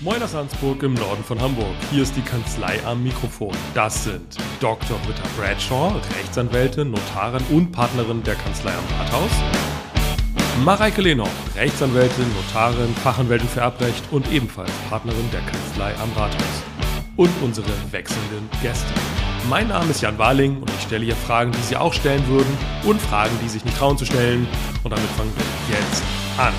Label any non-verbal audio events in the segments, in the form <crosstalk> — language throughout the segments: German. Moin aus Ansburg im Norden von Hamburg. Hier ist die Kanzlei am Mikrofon. Das sind Dr. Britta Bradshaw, Rechtsanwältin, Notarin und Partnerin der Kanzlei am Rathaus. Mareike Lenoch, Rechtsanwältin, Notarin, Fachanwältin für Erbrecht und ebenfalls Partnerin der Kanzlei am Rathaus. Und unsere wechselnden Gäste. Mein Name ist Jan Warling und ich stelle hier Fragen, die Sie auch stellen würden und Fragen, die sich nicht trauen zu stellen. Und damit fangen wir jetzt an.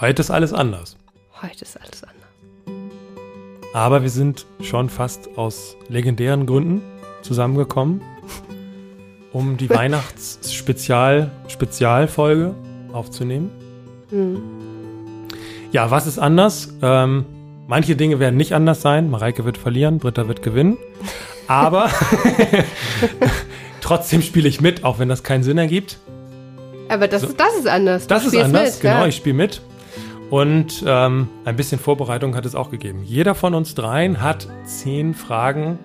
Heute ist alles anders. Heute ist alles anders. Aber wir sind schon fast aus legendären Gründen zusammengekommen, um die Weihnachts-Spezial-Spezialfolge aufzunehmen. Ja, was ist anders? Ähm, manche Dinge werden nicht anders sein. Mareike wird verlieren, Britta wird gewinnen. Aber <laughs> trotzdem spiele ich mit, auch wenn das keinen Sinn ergibt. Aber das, ist- das ist anders. Du Das ist spielst anders, mit, genau, ja. ich spiele mit. Und ähm, ein bisschen Vorbereitung hat es auch gegeben. Jeder von uns dreien hat zehn Fragen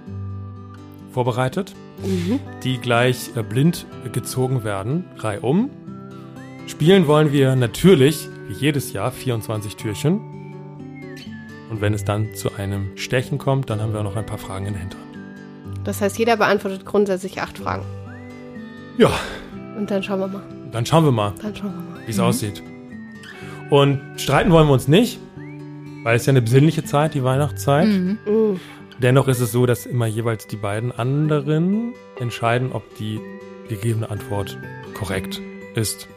vorbereitet, Mhm. die gleich äh, blind gezogen werden, reihum. Spielen wollen wir natürlich, wie jedes Jahr, 24 Türchen. Und wenn es dann zu einem Stechen kommt, dann haben wir auch noch ein paar Fragen in der Hinterhand. Das heißt, jeder beantwortet grundsätzlich acht Fragen. Ja, Und dann schauen wir mal. dann schauen wir mal. Dann schauen wir mal. wie es Mhm. aussieht. Und streiten wollen wir uns nicht, weil es ja eine besinnliche Zeit, die Weihnachtszeit. Mhm. Mm, Dennoch ist es so, dass immer jeweils die beiden anderen entscheiden, ob die gegebene Antwort korrekt ist.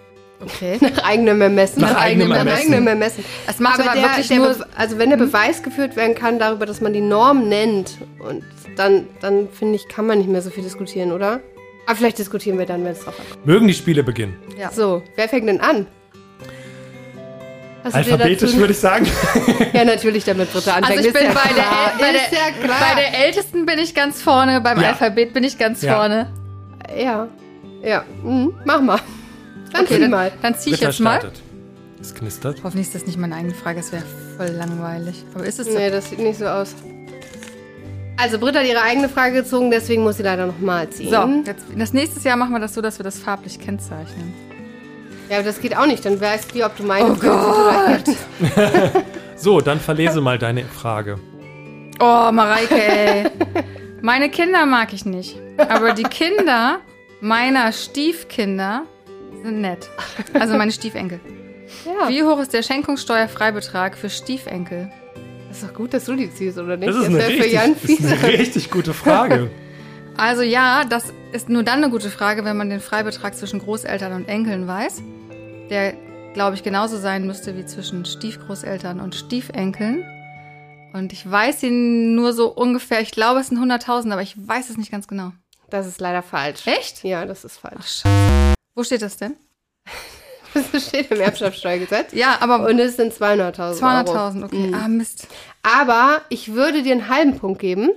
Okay. <laughs> Nach eigenem Ermessen. Nach eigenem Ermessen. eigenem Ermessen. Das macht aber, der, wirklich Hm? der nur. Be- also wenn der Beweis geführt werden kann darüber, dass man die Norm nennt, und dann, dann finde ich, kann man nicht mehr so viel diskutieren, oder? Aber vielleicht diskutieren wir dann, wenn es drauf ankommt. Mögen die Spiele beginnen? Ja. So, wer fängt denn an? Also Hast du dir Alphabetisch dazu- würde ich sagen. Ja, natürlich, damit Britta anfängt. also ist ich bin ja bei, klar. der, El- bei, ist der, ja klar. bei der Ältesten bin ich ganz vorne, beim Ja. Alphabet bin ich ganz Ja. vorne. Ja. Ja. Mhm. Mach mal. Dann zieh mal. dann, dann ziehe <laughs> ich Britta jetzt mal. startet. Es knistert. Hoffentlich ist das nicht meine eigene Frage, das wäre voll langweilig. Aber ist es so? Nee, das sieht nicht so aus. Also Britta hat ihre eigene Frage gezogen, deswegen muss sie leider nochmal ziehen. So, jetzt, das nächste Jahr machen wir das so, dass wir das farblich kennzeichnen. Ja, aber das geht auch nicht. Dann weißt du, ob du meine oh oder nicht. So, dann verlese mal deine Frage. Oh, Mareike, ey. Meine Kinder mag ich nicht. Aber die Kinder meiner Stiefkinder sind nett. Also meine Stiefenkel. Ja. Wie hoch ist der Schenkungssteuerfreibetrag für Stiefenkel? Ist doch gut, dass du die ziehst, oder nicht? Das ist Jetzt eine wär für richtig, Jan das ist eine fiese. richtig gute <laughs> Frage. Also ja, das ist nur dann eine gute Frage, wenn man den Freibetrag zwischen Großeltern und Enkeln weiß, der, glaube ich, genauso sein müsste wie zwischen Stiefgroßeltern und Stiefenkeln. Und ich weiß ihn nur so ungefähr, ich glaube es sind 100.000, aber ich weiß es nicht ganz genau. Das ist leider falsch. Echt? Ja, das ist falsch. <laughs> Ach scheiße. Wo steht das denn? Das steht im Erbschaftssteuergesetz. Ja, aber Und es sind 200.000 Euro. 200.000, okay. Ah, Mist. Aber ich würde dir einen halben Punkt geben,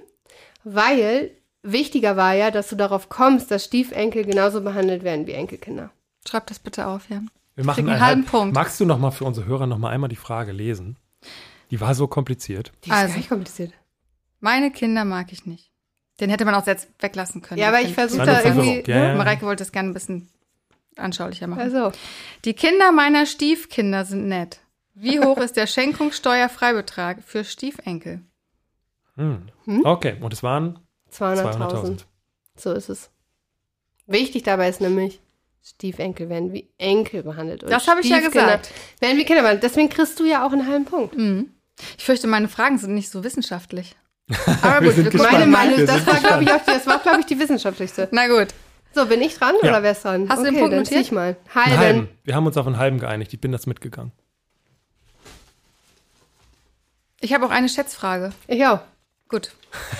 weil wichtiger war ja, dass du darauf kommst, dass Stiefenkel genauso behandelt werden wie Enkelkinder. Schreib das bitte auf, ja. Wir machen Krieg einen einen halben halben Punkt. Magst du noch mal für unsere Hörer noch mal einmal die Frage lesen? Die war so kompliziert. Die Also. gar nicht kompliziert. Meine Kinder mag ich nicht. Den hätte man auch jetzt weglassen können. Ja, aber ich Wenn- versuche Kleine da Verwirrung, irgendwie. ja, ja. Mareike wollte es gerne ein bisschen anschaulicher machen. Also, Die Kinder meiner Stiefkinder sind nett. Wie hoch ist der Schenkungssteuerfreibetrag für Stiefenkel? Hm. Okay, und es waren 200.000. 200.000. So ist es. Wichtig dabei ist nämlich, Stiefenkel werden wie Enkel behandelt. Und Das habe ich ja Stiefkinder gesagt. Werden wie Kinder behandelt. Deswegen kriegst du ja auch einen halben Punkt. Hm. Ich fürchte, meine Fragen sind nicht so wissenschaftlich. Aber Wir gut, sind gespannt. meine Meinung, Wir das sind war, glaube ich, auch, die- das war, glaube ich, die wissenschaftlichste. Na gut. So, bin ich dran Ja. oder wer ist dran? Hast du okay, den Punkt dann notiert? zieh ich mal. Einen Halben. halben. Wir haben uns auf einen halben geeinigt. Ich bin das mitgegangen. Ich habe auch eine Schätzfrage. Ich auch. <laughs> Gut.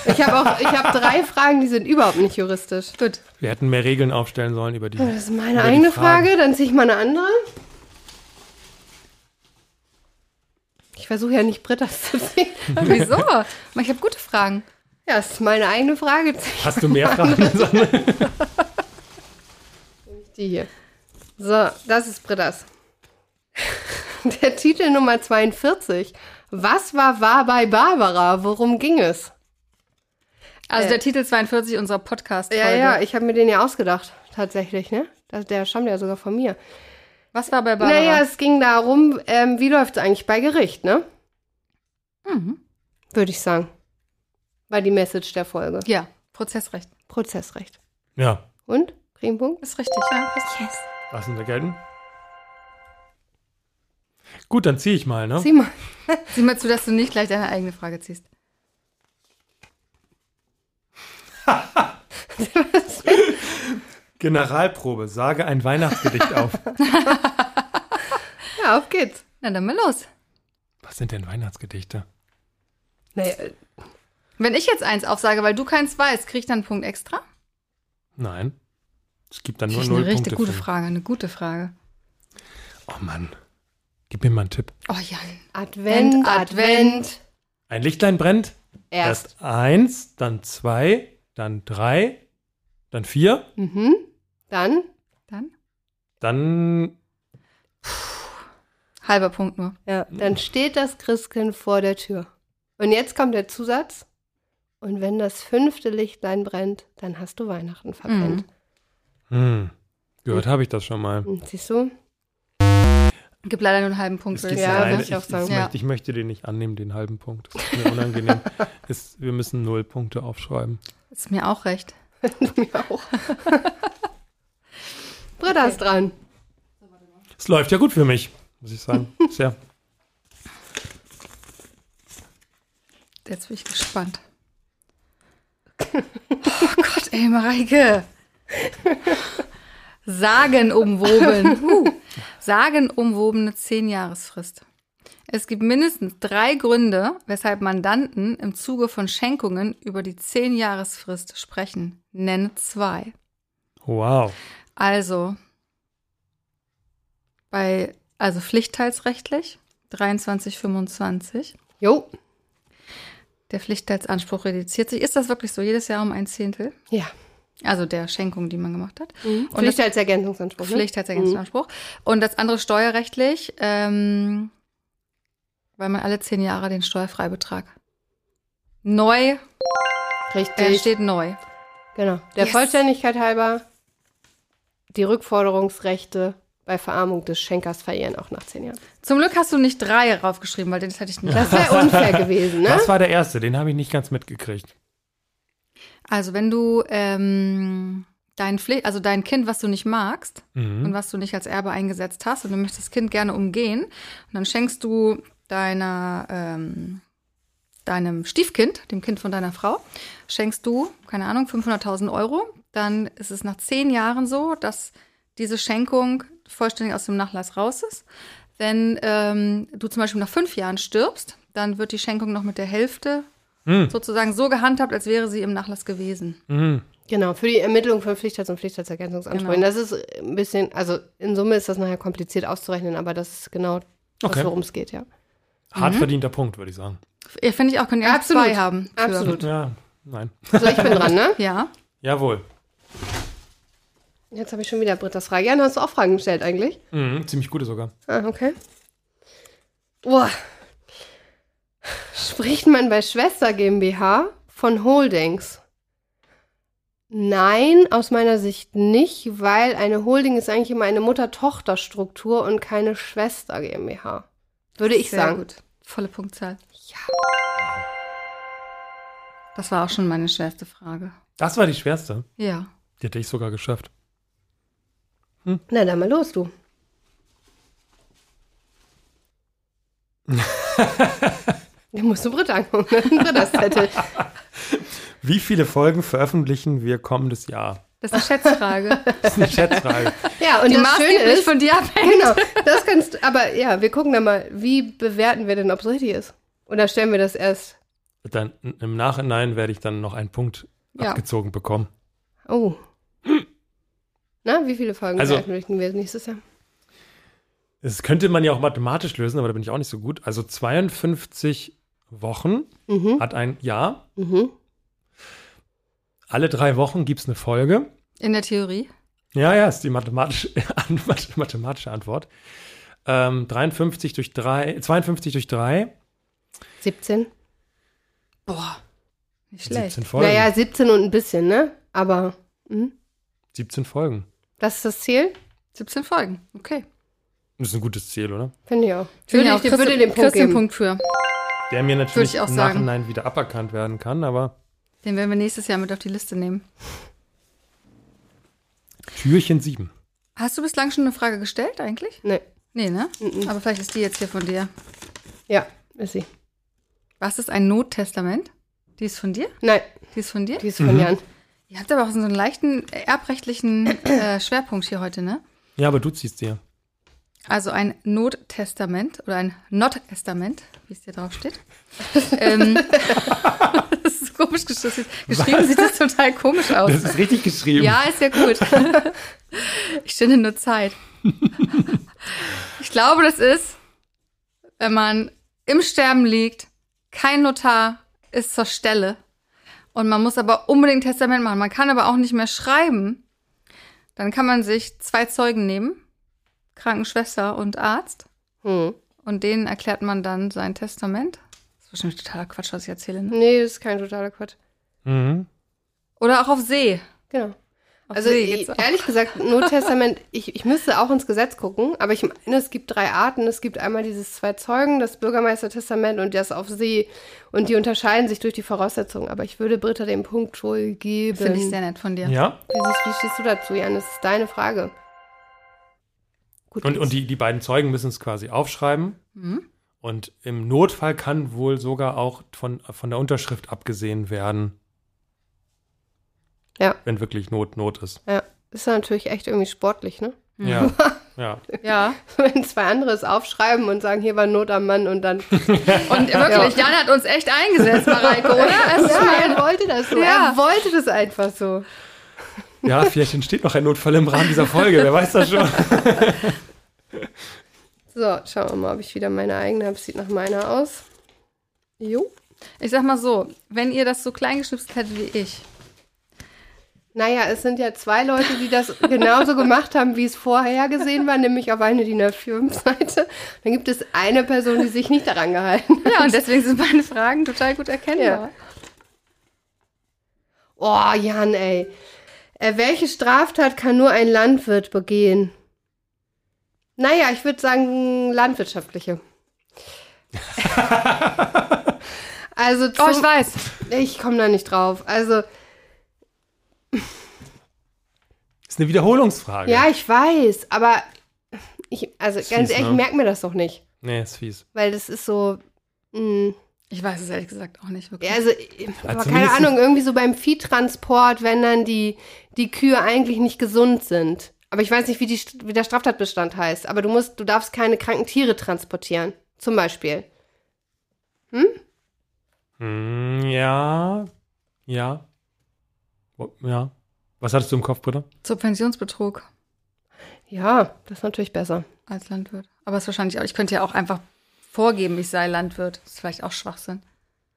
Ich habe auch, ich habe drei Fragen, die sind überhaupt nicht juristisch. Gut. Wir hätten mehr Regeln aufstellen sollen über die. Das ist meine über die eigene Fragen. Frage, dann ziehe ich mal eine andere. Ich versuche ja nicht Britta's zu ziehen. Wieso? Ich habe gute Fragen. Ja, das ist meine eigene Frage. Zieh Hast du mehr <laughs> Fragen? als andere? ich die hier. So, das ist Britta's. Der Titel Nummer 42. Was war wahr bei Barbara? Worum ging es? Äh. Also Äh. der Also Titel 42 unserer Podcast-Folge. Ja, ja, ich habe mir den ja ausgedacht, tatsächlich, ne? Das, der stammt ja sogar von mir. Was war bei Barbara? Naja, es ging darum, ähm, wie läuft es eigentlich bei Gericht, ne? Mhm. Würde ich sagen. War die Message der Folge. Ja, Prozessrecht. Prozessrecht. Ja. Und? Kriegpunkt? Ist richtig, ja. Passt. Yes. Lassen wir gelten. Gut, dann ziehe ich mal, ne? Sieh mal. Sieh mal zu, dass du nicht gleich deine eigene Frage ziehst. Generalprobe, sage ein Weihnachtsgedicht auf. <laughs> Ja, auf geht's. Na, dann mal los. Was sind denn Weihnachtsgedichte? Naja, äh, Wenn ich jetzt eins aufsage, weil du keins weißt, krieg ich dann einen Punkt extra? Nein. Es gibt dann Das nur ist eine null richtig Punkte. gute für- Frage, eine gute Frage. Oh Mann. Gib mir mal einen Tipp. Oh, Jan. Advent, Advent, Advent. Ein Lichtlein brennt. Erst. Erst eins, dann zwei, dann drei, dann vier, Mhm. Dann? Dann? dann Halber Punkt nur. Ja. Dann steht das Christkind vor der Tür. Und jetzt kommt der Zusatz. Und wenn das fünfte Lichtlein brennt, dann hast du Weihnachten verbrennt. Hm. Gehört habe ich das schon mal. Und Siehst du? Gibt leider nur einen halben Punkt. Es würde gibt ich ja, sagen. eine, würd ich, ich auch ich, sagen. möchte, ich möchte den nicht annehmen, den halben Punkt. Das ist mir <laughs> unangenehm. ist, wir müssen null Punkte aufschreiben. Ist mir auch recht. du mir auch. <laughs> Britta ist dran. Es läuft ja gut für mich, muss ich sagen. Sehr. Jetzt bin <laughs> ich gespannt. Oh Gott, ey, Mareike. <laughs> Sagenumwoben. Huh. Sagenumwobene Zehnjahresfrist. Es gibt mindestens drei Gründe, weshalb Mandanten im Zuge von Schenkungen über die Zehnjahresfrist sprechen. Nenne zwei. Wow. Also, bei, also pflichtteilsrechtlich 2325. Jo. Der Pflichtteilsanspruch reduziert sich. Ist das wirklich so? Jedes Jahr um ein Zehntel? Ja. Also der Schenkung, die man gemacht hat. Und Pflicht als Ergänzungsanspruch. ne? Pflicht als Ergänzungsanspruch. Und das andere steuerrechtlich, ähm, weil man alle zehn Jahre den Steuerfreibetrag neu, er Richtig. steht neu. Äh, Genau. Der Yes. Vollständigkeit halber die Rückforderungsrechte bei Verarmung des Schenkers verjähren auch nach zehn Jahren. Zum Glück hast du nicht drei raufgeschrieben, weil das hätte ich nicht. Das wäre unfair gewesen, ne? Das war der erste, den habe ich nicht ganz mitgekriegt. Also wenn du ähm, dein Pflicht, also dein Kind, was du nicht magst, und Mhm. was du nicht als Erbe eingesetzt hast und du möchtest das Kind gerne umgehen und dann schenkst du deiner ähm, deinem Stiefkind, dem Kind von deiner Frau, schenkst du, keine Ahnung, 500.000 Euro, dann ist es nach zehn Jahren so, dass diese Schenkung vollständig aus dem Nachlass raus ist. Wenn ähm, du zum Beispiel nach fünf Jahren stirbst, dann wird die Schenkung noch mit der Hälfte Hm. sozusagen so gehandhabt, als wäre sie im Nachlass gewesen. Mhm. Genau, für die Ermittlung von Pflichtteils- und Pflichtteilsergänzungsansprüchen. Genau. Das ist ein bisschen, also in Summe ist das nachher kompliziert auszurechnen, aber das ist genau das, Okay. worum es geht, ja. Mhm. Hart verdienter Punkt, würde ich sagen. Ja, Finde ich auch, können ja Absolut. zwei haben. für. Absolut. Ja, nein. So, ich bin dran, <laughs> ne? Ja. Jawohl. Jetzt habe ich schon wieder Britta's Frage. Jan, hast du auch Fragen gestellt eigentlich? Mhm. Ziemlich gute sogar. Ah, okay. Boah. Spricht man bei Schwester GmbH von Holdings? Nein, aus meiner Sicht nicht, weil eine Holding ist eigentlich immer eine Mutter-Tochter-Struktur und keine Schwester GmbH. Würde ich Sehr sagen. gut. Volle Punktzahl. Ja. Das war auch schon meine schwerste Frage. Das war die schwerste. Ja. Die hätte ich sogar geschafft. Na, dann mal los, <laughs> du. da musst du Britta angucken, ne? Ein <laughs> Britta-Zettel. Wie viele Folgen veröffentlichen wir kommendes Jahr? Das ist eine <laughs> Schätzfrage. Das ist eine Schätzfrage. Ja, und Die das Schöne maßgeblich ist, von dir abhängt. <laughs> genau, das kannst du, aber ja, wir gucken dann mal, wie bewerten wir denn, ob es richtig ist? Oder stellen wir das erst? Dann im Nachhinein werde ich dann noch einen Punkt Ja. abgezogen bekommen. Oh. Na, wie viele Folgen Also- veröffentlichen wir nächstes Jahr? Das könnte man ja auch mathematisch lösen, aber da bin ich auch nicht so gut. Also 52 Wochen Mhm, hat ein Jahr. mhm. Alle drei Wochen gibt es eine Folge. In der Theorie. Ja, ja, ist die mathematische, <laughs> an- mathematische Antwort. Ähm, 53 durch 3, 52 durch 3, 17? Boah. Nicht schlecht. 17 Folgen. Naja, 17 und ein bisschen, ne? Aber, mhm. 17 Folgen. Das ist das Ziel? 17 Folgen, okay. Das ist ein gutes Ziel, oder? Finde ich auch. Finde Würde ich ich, dir- würde den Punkt 14 geben. Punkt für. Der mir natürlich ich auch im sagen. Nachhinein wieder aberkannt werden kann, aber Den werden wir nächstes Jahr mit auf die Liste nehmen. Türchen 7. Hast du bislang schon eine Frage gestellt eigentlich? Nee. Nee, ne? Mhm. Aber vielleicht ist die jetzt hier von dir. Ja, ist sie. Was ist ein Nottestament? Die ist von dir? Nein, Die ist von dir? die ist von Jan. Ihr habt aber auch so einen leichten erbrechtlichen äh, Schwerpunkt hier heute, ne? Ja, aber du ziehst dir. Also ein Nottestament oder ein Not-Testament, wie es hier drauf steht. <laughs> ähm, <laughs> das ist komisch geschrieben. Geschrieben sieht das total komisch aus. Das ist richtig geschrieben. Ja, ist ja gut. ich stelle nur Zeit. Ich glaube, das ist, wenn man im Sterben liegt, kein Notar ist zur Stelle und man muss aber unbedingt ein Testament machen. Man kann aber auch nicht mehr schreiben. Dann kann man sich zwei Zeugen nehmen, Krankenschwester und Arzt, Hm. und denen erklärt man dann sein Testament. Das ist bestimmt totaler Quatsch, was ich erzähle. Ne? Nee, das ist kein totaler Quatsch. Mhm. Oder auch auf See. Genau. Auf Also See ich, geht's auch. ehrlich gesagt, <laughs> Nottestament, ich, ich müsste auch ins Gesetz gucken, aber ich meine, es gibt drei Arten. Es gibt einmal dieses zwei Zeugen, das Bürgermeistertestament und das auf See. Und die unterscheiden sich durch die Voraussetzungen. Aber ich würde Britta den Punkt wohl geben. Finde ich sehr nett von dir. Ja. wie, siehst- wie stehst du dazu, Jan? Das ist deine Frage. Gut. Und, und die, die beiden Zeugen müssen es quasi aufschreiben. Mhm. Und im Notfall kann wohl sogar auch von, von der Unterschrift abgesehen werden, Ja, wenn wirklich Not Not ist. ja. Ist ja natürlich echt irgendwie sportlich, ne? <laughs> Ja. ja. Ja. Wenn zwei andere es aufschreiben und sagen, hier war Not am Mann und <laughs> dann. Und wirklich, Jan hat uns echt eingesetzt, Mareike, oder? Also, ich ja, <laughs> meine, er wollte das so. Ja. Er wollte das einfach so. Ja, vielleicht entsteht noch ein Notfall im Rahmen dieser Folge, wer weiß das <laughs> schon. So, schauen wir mal, ob ich wieder meine eigene habe. Sieht nach meiner aus. Jo. ich sag mal so, wenn ihr das so klein geschnipst hättet wie ich, Naja, es sind ja zwei Leute, die das <laughs> genauso gemacht haben, wie es vorher gesehen war, nämlich auf eine DIN A4-Seite. Dann gibt es eine Person, die sich nicht daran gehalten hat. ja, und deswegen sind meine Fragen total gut erkennbar. Oh, Jan, ey. Äh, welche Straftat kann nur ein Landwirt begehen? Naja, ich würde sagen landwirtschaftliche. also zum, Oh, ich weiß. ich komme da nicht drauf. Also Ist eine Wiederholungsfrage. Ja, ich weiß, aber ich, also Ist ganz fies, ehrlich, ne? ich merke mir das doch nicht. Nee, ist fies. Weil das ist so, mh, Ich weiß es ehrlich gesagt auch nicht wirklich. ja, also, ich- aber keine zumindest- Ahnung, irgendwie so beim Viehtransport, wenn dann die, die Kühe eigentlich nicht gesund sind. Aber ich weiß nicht, wie, die, St- wie der Straftatbestand heißt. Aber du musst, du darfst keine kranken Tiere transportieren, zum Beispiel. Hm, ja. Ja. Oh, Ja. Was hattest du im Kopf, Britta? Zur Pensionsbetrug Ja, das ist natürlich besser. als Landwirt. Aber es ist wahrscheinlich auch, ich könnte ja auch einfach vorgeben, ich sei Landwirt. Das ist vielleicht auch Schwachsinn.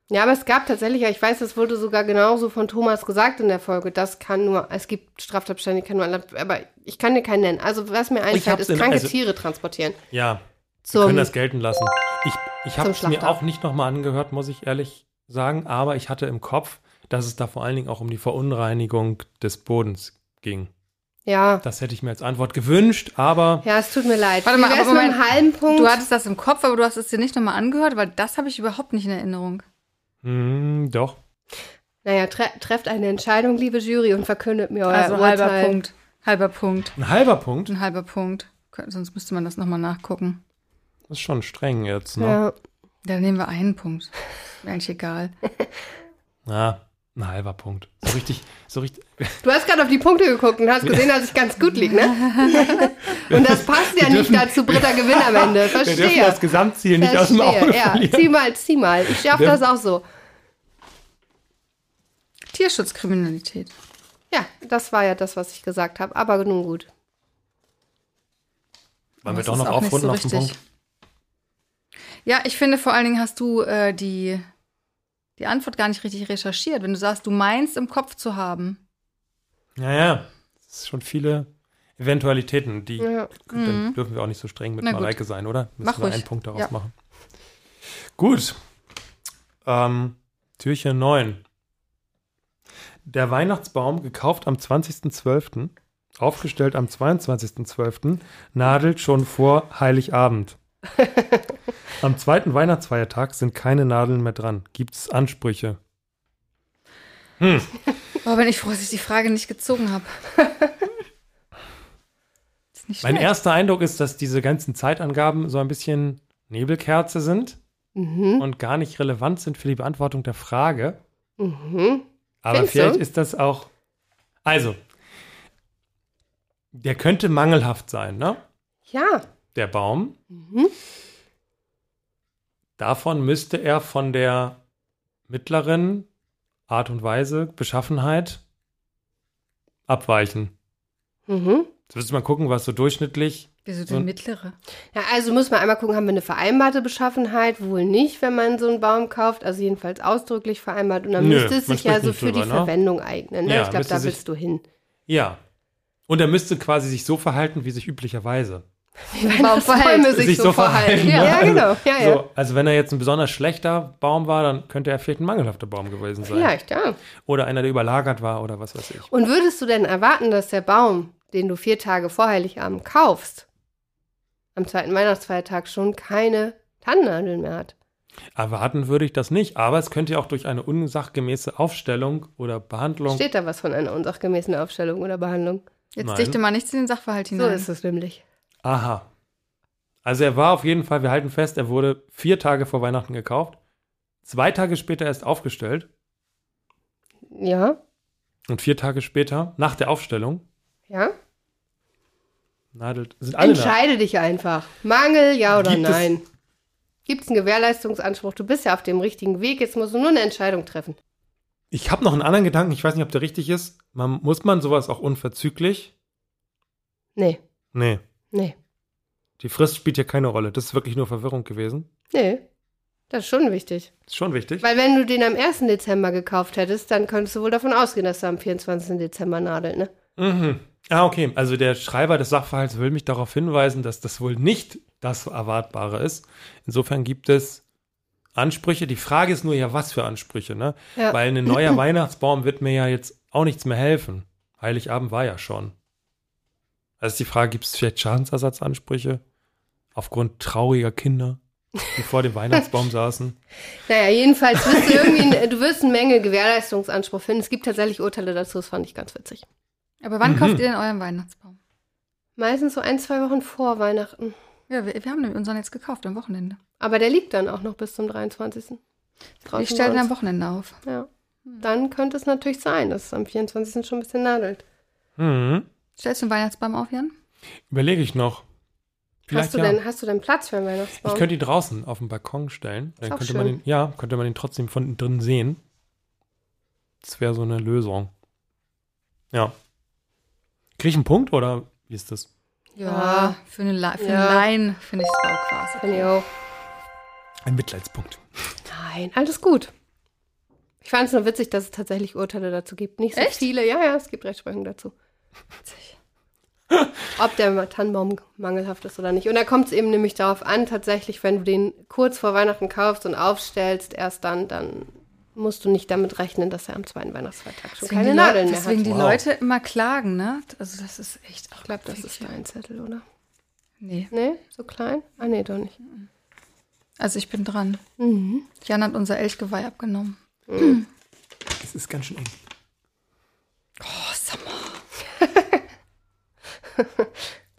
Ja, aber es gab tatsächlich, ja, ich weiß, das wurde sogar genauso von Thomas gesagt in der Folge. Das kann nur, es gibt Straftatbestände, die kann nur, ein Land- aber ich kann dir keinen nennen. Also was mir einfällt, hab's ist in- kranke also- Tiere transportieren. Ja. Wir Zum, können das gelten lassen. Ich, ich habe Zum es mir Schlachter. auch nicht nochmal angehört, muss ich ehrlich sagen, aber ich hatte im Kopf, dass es da vor allen Dingen auch um die Verunreinigung des Bodens ging. ja, Das hätte ich mir als Antwort gewünscht, aber ja, es tut mir leid. Warte Wie mal, wär's aber mit einem Moment. halben Punkt. Du hattest das im Kopf, aber du hast es dir nicht nochmal angehört, weil das habe ich überhaupt nicht in Erinnerung. hm, doch. naja, tre trefft eine Entscheidung, liebe Jury, und verkündet mir euer Also Urteil. halber Punkt. Halber Punkt. Ein halber Punkt Ein halber Punkt. Kön- Sonst müsste man das nochmal nachgucken. ist schon streng jetzt, ne? Ja, Dann nehmen wir einen Punkt. Mir eigentlich egal. Ja. Ah, ein halber Punkt. So richtig, so richtig. <laughs> du hast gerade auf die Punkte geguckt und hast gesehen, dass ich ganz gut lieg, ne? <laughs> und das passt ja nicht dazu, Britta gewinnt am Ende. Wir Verstehe. dürfen das Gesamtziel nicht aus dem Auge Verstehe. Ja, verlieren. zieh mal, zieh mal. Ich schaff Wir- das auch so. Tierschutzkriminalität. Ja, das war ja das, was ich gesagt habe. Aber nun gut. Wollen wir Das doch ist noch auch nicht aufrunden so auf den richtig. Punkt? Ja, ich finde vor allen Dingen hast du äh, die, die Antwort gar nicht richtig recherchiert, wenn du sagst, du meinst im Kopf zu haben. Naja, es ist schon viele Eventualitäten, die Ja. dann Mhm. dürfen wir auch nicht so streng mit Na gut. Mareike sein, oder? Müssen Mach wir ruhig. einen Punkt daraus Ja. machen. Gut. Ähm, Türchen 9. Der Weihnachtsbaum, gekauft am 20.12., Aufgestellt am 22.12. nadelt schon vor <laughs> Heiligabend. Am zweiten Weihnachtsfeiertag sind keine Nadeln mehr dran. Gibt es Ansprüche? Boah, bin ich froh, dass ich die Frage nicht gezogen habe. <laughs> ist nicht Mein schlecht. erster Eindruck ist, dass diese ganzen Zeitangaben so ein bisschen Nebelkerze sind Mhm. und gar nicht relevant sind für die Beantwortung der Frage. Mhm. Aber Findest vielleicht du? ist das auch. Also, der könnte mangelhaft sein, ne? Ja. Der Baum. Mhm. Davon müsste er von der mittleren Art und Weise, Beschaffenheit abweichen. Mhm. Jetzt müsste man gucken, was so durchschnittlich. Wieso So der ein- mittlere? Ja, also muss man einmal gucken, haben wir eine vereinbarte Beschaffenheit? Wohl nicht, wenn man so einen Baum kauft. Also jedenfalls ausdrücklich vereinbart. Und dann Nö, müsste es man sich ja spricht so nicht für drüber, die ne? Verwendung eignen. Ne? Ja, ich glaube, müsste da sich- willst <laughs> du hin. Ja. Und er müsste quasi sich so verhalten, wie sich üblicherweise. Wie Weihnachtsbäume sich, Sich so so verhalten, verhalten. Ja, ne? ja, genau. Ja, ja. So, also wenn er jetzt ein besonders schlechter Baum war, dann könnte er vielleicht ein mangelhafter Baum gewesen sein. Vielleicht, ja. Oder einer, der überlagert war oder was weiß ich. Und würdest du denn erwarten, dass der Baum, den du vier Tage vor Heiligabend kaufst, am zweiten Weihnachtsfeiertag schon keine Tannennadeln mehr hat? Erwarten würde ich das nicht, aber es könnte ja auch durch eine unsachgemäße Aufstellung oder Behandlung. Steht da was von einer unsachgemäßen Aufstellung oder Behandlung? Jetzt Nein. dichte mal nichts in den Sachverhalt So hinein. ist es nämlich. Aha. Also er war auf jeden Fall, wir halten fest, er wurde vier Tage vor Weihnachten gekauft, zwei Tage später erst aufgestellt Ja, und vier Tage später, nach der Aufstellung, ja. nadelt, sind alle da. Entscheide dich einfach. Mangel, ja oder Gibt es- nein? Gibt es einen Gewährleistungsanspruch? Du bist ja auf dem richtigen Weg. Jetzt musst du nur eine Entscheidung treffen. Ich habe noch einen anderen Gedanken, ich weiß nicht, ob der richtig ist. Man, muss man sowas auch unverzüglich? Nee, Nee, nee, die Frist spielt hier keine Rolle. Das ist wirklich nur Verwirrung gewesen. nee. Das ist schon wichtig. Ist schon wichtig. Weil wenn du den am 1. Dezember gekauft hättest, dann könntest du wohl davon ausgehen, dass du am 24. Dezember nadeln, ne? Mhm. Ah, okay. Also der Schreiber des Sachverhalts will mich darauf hinweisen, dass das wohl nicht das Erwartbare ist. Insofern gibt es Ansprüche. Die Frage ist nur ja, was für Ansprüche, ne? Ja. Weil ein <laughs> neuer Weihnachtsbaum wird mir ja jetzt auch nichts mehr helfen. Heiligabend war ja schon. Also ist die Frage, gibt es vielleicht Schadensersatzansprüche aufgrund trauriger Kinder, die vor <laughs> dem Weihnachtsbaum saßen? Naja, jedenfalls wirst du irgendwie, ein- du wirst eine Menge Gewährleistungsanspruch finden. Es gibt tatsächlich Urteile dazu, das fand ich ganz witzig. Aber wann Mhm. kauft ihr denn euren Weihnachtsbaum? Meistens so ein, zwei Wochen vor Weihnachten. Ja, wir, wir haben den unseren jetzt gekauft am Wochenende. Aber der liegt dann auch noch bis zum 23. Draußen Ich stelle bei den uns. am Wochenende auf. Ja. Dann könnte es natürlich sein, dass es am 24. schon ein bisschen nadelt. Hm. Stellst du den Weihnachtsbaum auf, Jan? Überlege ich noch. Hast du, ja. denn, hast du denn Platz für einen Weihnachtsbaum? Oh. Ich könnte die draußen auf dem Balkon stellen. Dann auch könnte man schön. den, ja, könnte man den trotzdem von drin sehen. Das wäre so eine Lösung. Ja. Krieg ich einen Punkt oder wie ist das? Ja. Ah, Für eine, La für Ja. eine Laien finde ich es auch quasi. Finde ich auch. Ein Mitleidspunkt. Nein, alles gut. Ich fand es nur witzig, dass es tatsächlich Urteile dazu gibt. Nicht so Echt? viele. Ja, ja, es gibt Rechtsprechung dazu. <laughs> Ob der Tannenbaum mangelhaft ist oder nicht. Und da kommt es eben nämlich darauf an, tatsächlich, wenn du den kurz vor Weihnachten kaufst und aufstellst, erst dann, dann musst du nicht damit rechnen, dass er am zweiten Weihnachtsfeiertag schon Deswegen keine die Nadeln Leu- mehr Deswegen hat. die Wow. Leute immer klagen, ne? Also das ist echt auch Ich glaube, das ist dein Zettel, oder? Nee. Nee, so klein? Ah, nee, doch nicht. Also ich bin dran. Mhm. Jan hat unser Elchgeweih abgenommen. Es ist ganz schön eng. Oh, Sommer.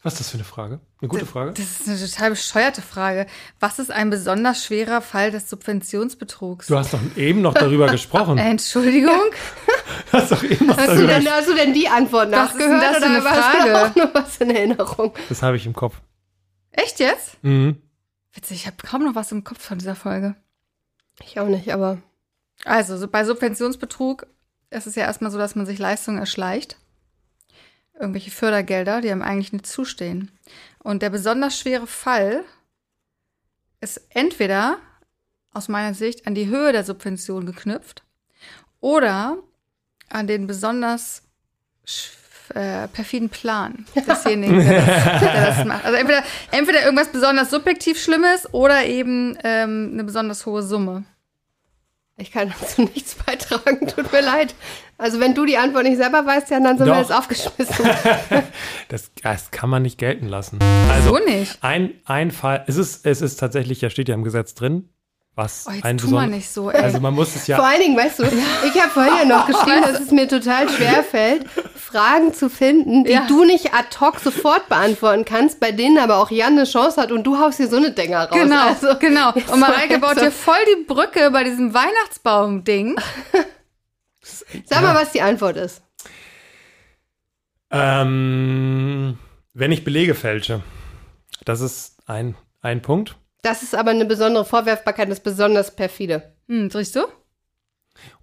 Was ist das für eine Frage? Eine gute Frage? Das ist eine total bescheuerte Frage. Was ist ein besonders schwerer Fall des Subventionsbetrugs? Du hast doch eben noch <laughs> darüber gesprochen. Äh, Entschuldigung? Du hast doch eben noch Hast du, darüber denn, gesprochen. hast du denn die Antwort Was ist denn nachgehört das oder für eine hast du Frage? auch nur was in Erinnerung? Das habe ich im Kopf. Echt jetzt? Mhm. Witzig, ich habe kaum noch was im Kopf von dieser Folge. Ich auch nicht, aber Also so bei Subventionsbetrug ist es ja erstmal so, dass man sich Leistungen erschleicht. Irgendwelche Fördergelder, die einem eigentlich nicht zustehen. Und der besonders schwere Fall ist entweder aus meiner Sicht an die Höhe der Subvention geknüpft oder an den besonders sch- äh, perfiden Plan desjenigen, der das, der das macht. Also entweder, entweder irgendwas besonders subjektiv Schlimmes oder eben ähm, eine besonders hohe Summe. Ich kann dazu nichts beitragen, <laughs> tut mir leid. Also wenn du die Antwort nicht selber weißt, Jan, dann sind Doch. wir jetzt aufgeschmissen. Das, das kann man nicht gelten lassen. So Also nicht. ein, ein Fall, es ist, es ist tatsächlich, ja steht ja im Gesetz drin, was Oh, ein jetzt tu mal besonderer. nicht so, ey. Also man muss es <laughs> ja. Vor allen Dingen, weißt du, ich habe vorhin ja <laughs> noch geschrieben, dass es mir total schwer fällt, Fragen zu finden, die Ja. du nicht ad hoc sofort beantworten kannst, bei denen aber auch Jan eine Chance hat und du haust hier so eine Dinger raus. <laughs> Genau, Also, <laughs> genau. Und Mareike baut also- hier voll die Brücke bei diesem Weihnachtsbaum-Ding. sag mal, was die Antwort ist. Ähm, wenn ich Belege fälsche, das ist ein, ein Punkt. Das ist aber eine besondere Vorwerfbarkeit, das ist besonders perfide. Hm, riechst du?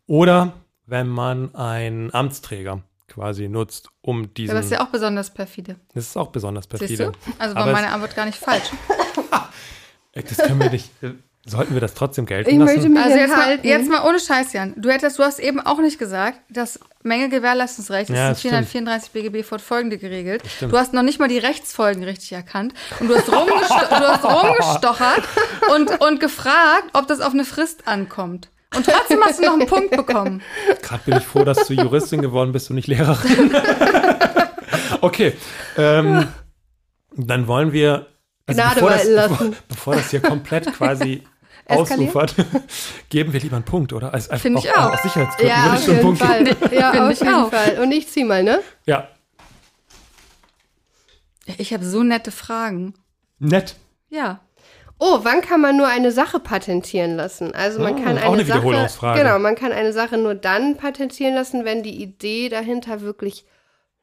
Oder wenn man einen Amtsträger quasi nutzt, um diesen. Aber das ist ja auch besonders perfide. das ist auch besonders Siehst perfide. du? Also war Aber meine Antwort gar <laughs> nicht falsch. es, das können wir nicht. äh, Sollten wir das <laughs> trotzdem gelten Ich möchte lassen? mich Also jetzt mal, enthalten. jetzt mal ohne Scheiß, Jan. Du hättest, du hast eben auch nicht gesagt, das Mängel-Gewährleistungsrecht Ja, das ist in 434 BGB fortfolgende geregelt. stimmt. Du hast noch nicht mal die Rechtsfolgen richtig erkannt und du hast, <laughs> rumgesto du hast rumgestochert und, und gefragt, ob das auf eine Frist ankommt. Und trotzdem hast du noch einen Punkt bekommen. Gerade bin ich froh, dass du Juristin geworden bist und nicht Lehrerin. <laughs> okay. Ähm, dann wollen wir. also Gnade bevor, das, walten lassen. bevor, <laughs> bevor das hier komplett quasi <laughs> Eskaliert? ausufert, <laughs> geben wir lieber einen Punkt, oder? Also, Finde auch, ich auch. Aus Sicherheitsgründen würde ich auf schon einen jeden Punkt geben. Fall. Ja, Finde auf ich jeden auch. Fall. Und ich zieh mal, ne? Ja, Ich habe so nette Fragen. nett. Ja. Oh, wann kann man nur eine Sache patentieren lassen? Also man Ah, kann auch eine eine Sache, Wiederholungsfrage. Genau, man kann eine Sache nur dann patentieren lassen, wenn die Idee dahinter wirklich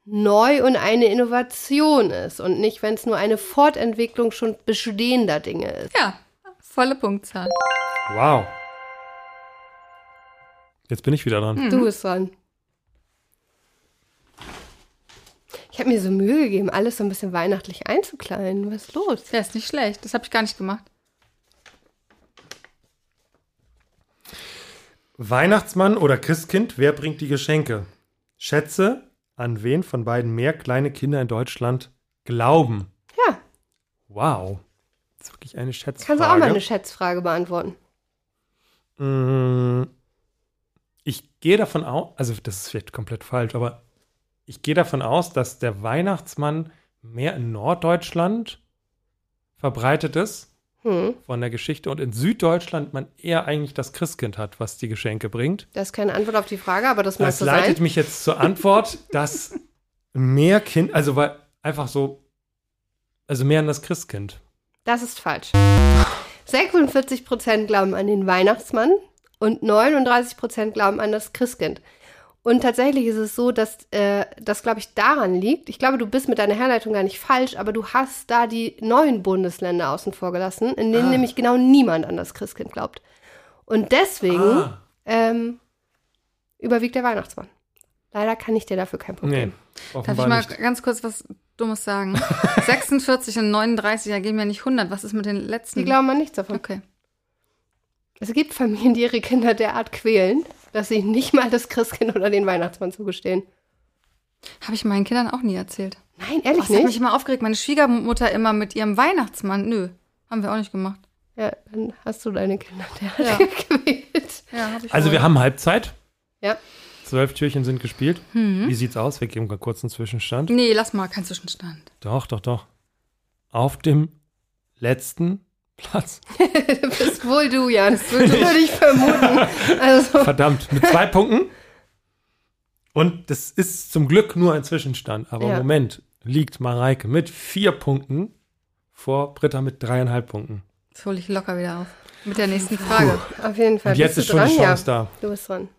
neu und eine Innovation ist und nicht, wenn es nur eine Fortentwicklung schon bestehender Dinge ist. Ja. Volle Punktzahl. Wow. Jetzt bin ich wieder dran. Du bist dran. Ich habe mir so Mühe gegeben, alles so ein bisschen weihnachtlich einzukleiden. Was ist los? Ja, ist nicht schlecht. Das habe ich gar nicht gemacht. Weihnachtsmann oder Christkind, wer bringt die Geschenke? Schätze, an wen von beiden mehr kleine Kinder in Deutschland glauben? Ja, Wow. Das ist wirklich eine Schätzfrage. kannst du auch mal eine Schätzfrage beantworten. Mm, Ich gehe davon aus, also das ist vielleicht komplett falsch, aber ich gehe davon aus, dass der Weihnachtsmann mehr in Norddeutschland verbreitet ist Hm, von der Geschichte und in Süddeutschland man eher eigentlich das Christkind hat, was die Geschenke bringt. das ist keine Antwort auf die Frage, aber das mag Das so sein. leitet mich jetzt zur <laughs> Antwort, dass mehr Kind, also weil einfach so, also mehr an das Christkind. Das ist falsch. 46% glauben an den Weihnachtsmann und 39% glauben an das Christkind. Und tatsächlich ist es so, dass äh, das, glaube ich, daran liegt. Ich glaube, du bist mit deiner Herleitung gar nicht falsch, aber du hast da die neuen Bundesländer außen vor gelassen, in Ah. denen nämlich genau niemand an das Christkind glaubt. Und deswegen Ah. ähm, überwiegt der Weihnachtsmann. Leider kann ich dir dafür keinen Punkt Nee, geben. Darf ich offenbar mal nicht. ganz kurz was <laughs> Dummes sagen? 46 und 39 ergeben ja nicht 100. Was ist mit den letzten? Mhm. Die glauben an nichts davon. Okay. Es gibt Familien, die ihre Kinder derart quälen, dass sie nicht mal das Christkind oder den Weihnachtsmann zugestehen. Habe ich meinen Kindern auch nie erzählt. Nein, Oh, ehrlich das hat mich nicht. immer aufgeregt. Meine Schwiegermutter immer mit ihrem Weihnachtsmann. Nö, haben wir auch nicht gemacht. Ja, dann hast du deine Kinder derart <laughs> Ja. gequält. Ja, hab ich Also wohl. wir haben Halbzeit. Ja. Zwölf Türchen sind gespielt. Wie sieht's aus? Wir geben mal kurz einen Zwischenstand. Hm. Nee, lass mal, kein Zwischenstand. Doch, doch, doch. Auf dem letzten Platz. Bist wohl du, Jan. Das würde ich vermuten. Also, Verdammt, mit zwei Punkten. Und das ist zum Glück nur ein Zwischenstand. Aber im Ja. Moment liegt Mareike mit vier Punkten vor Britta mit dreieinhalb Punkten. Das hole ich locker wieder auf. Mit der nächsten Frage. auf jeden Fall. Und jetzt Bist du ist schon dran? die Chance ja. da. Du bist dran.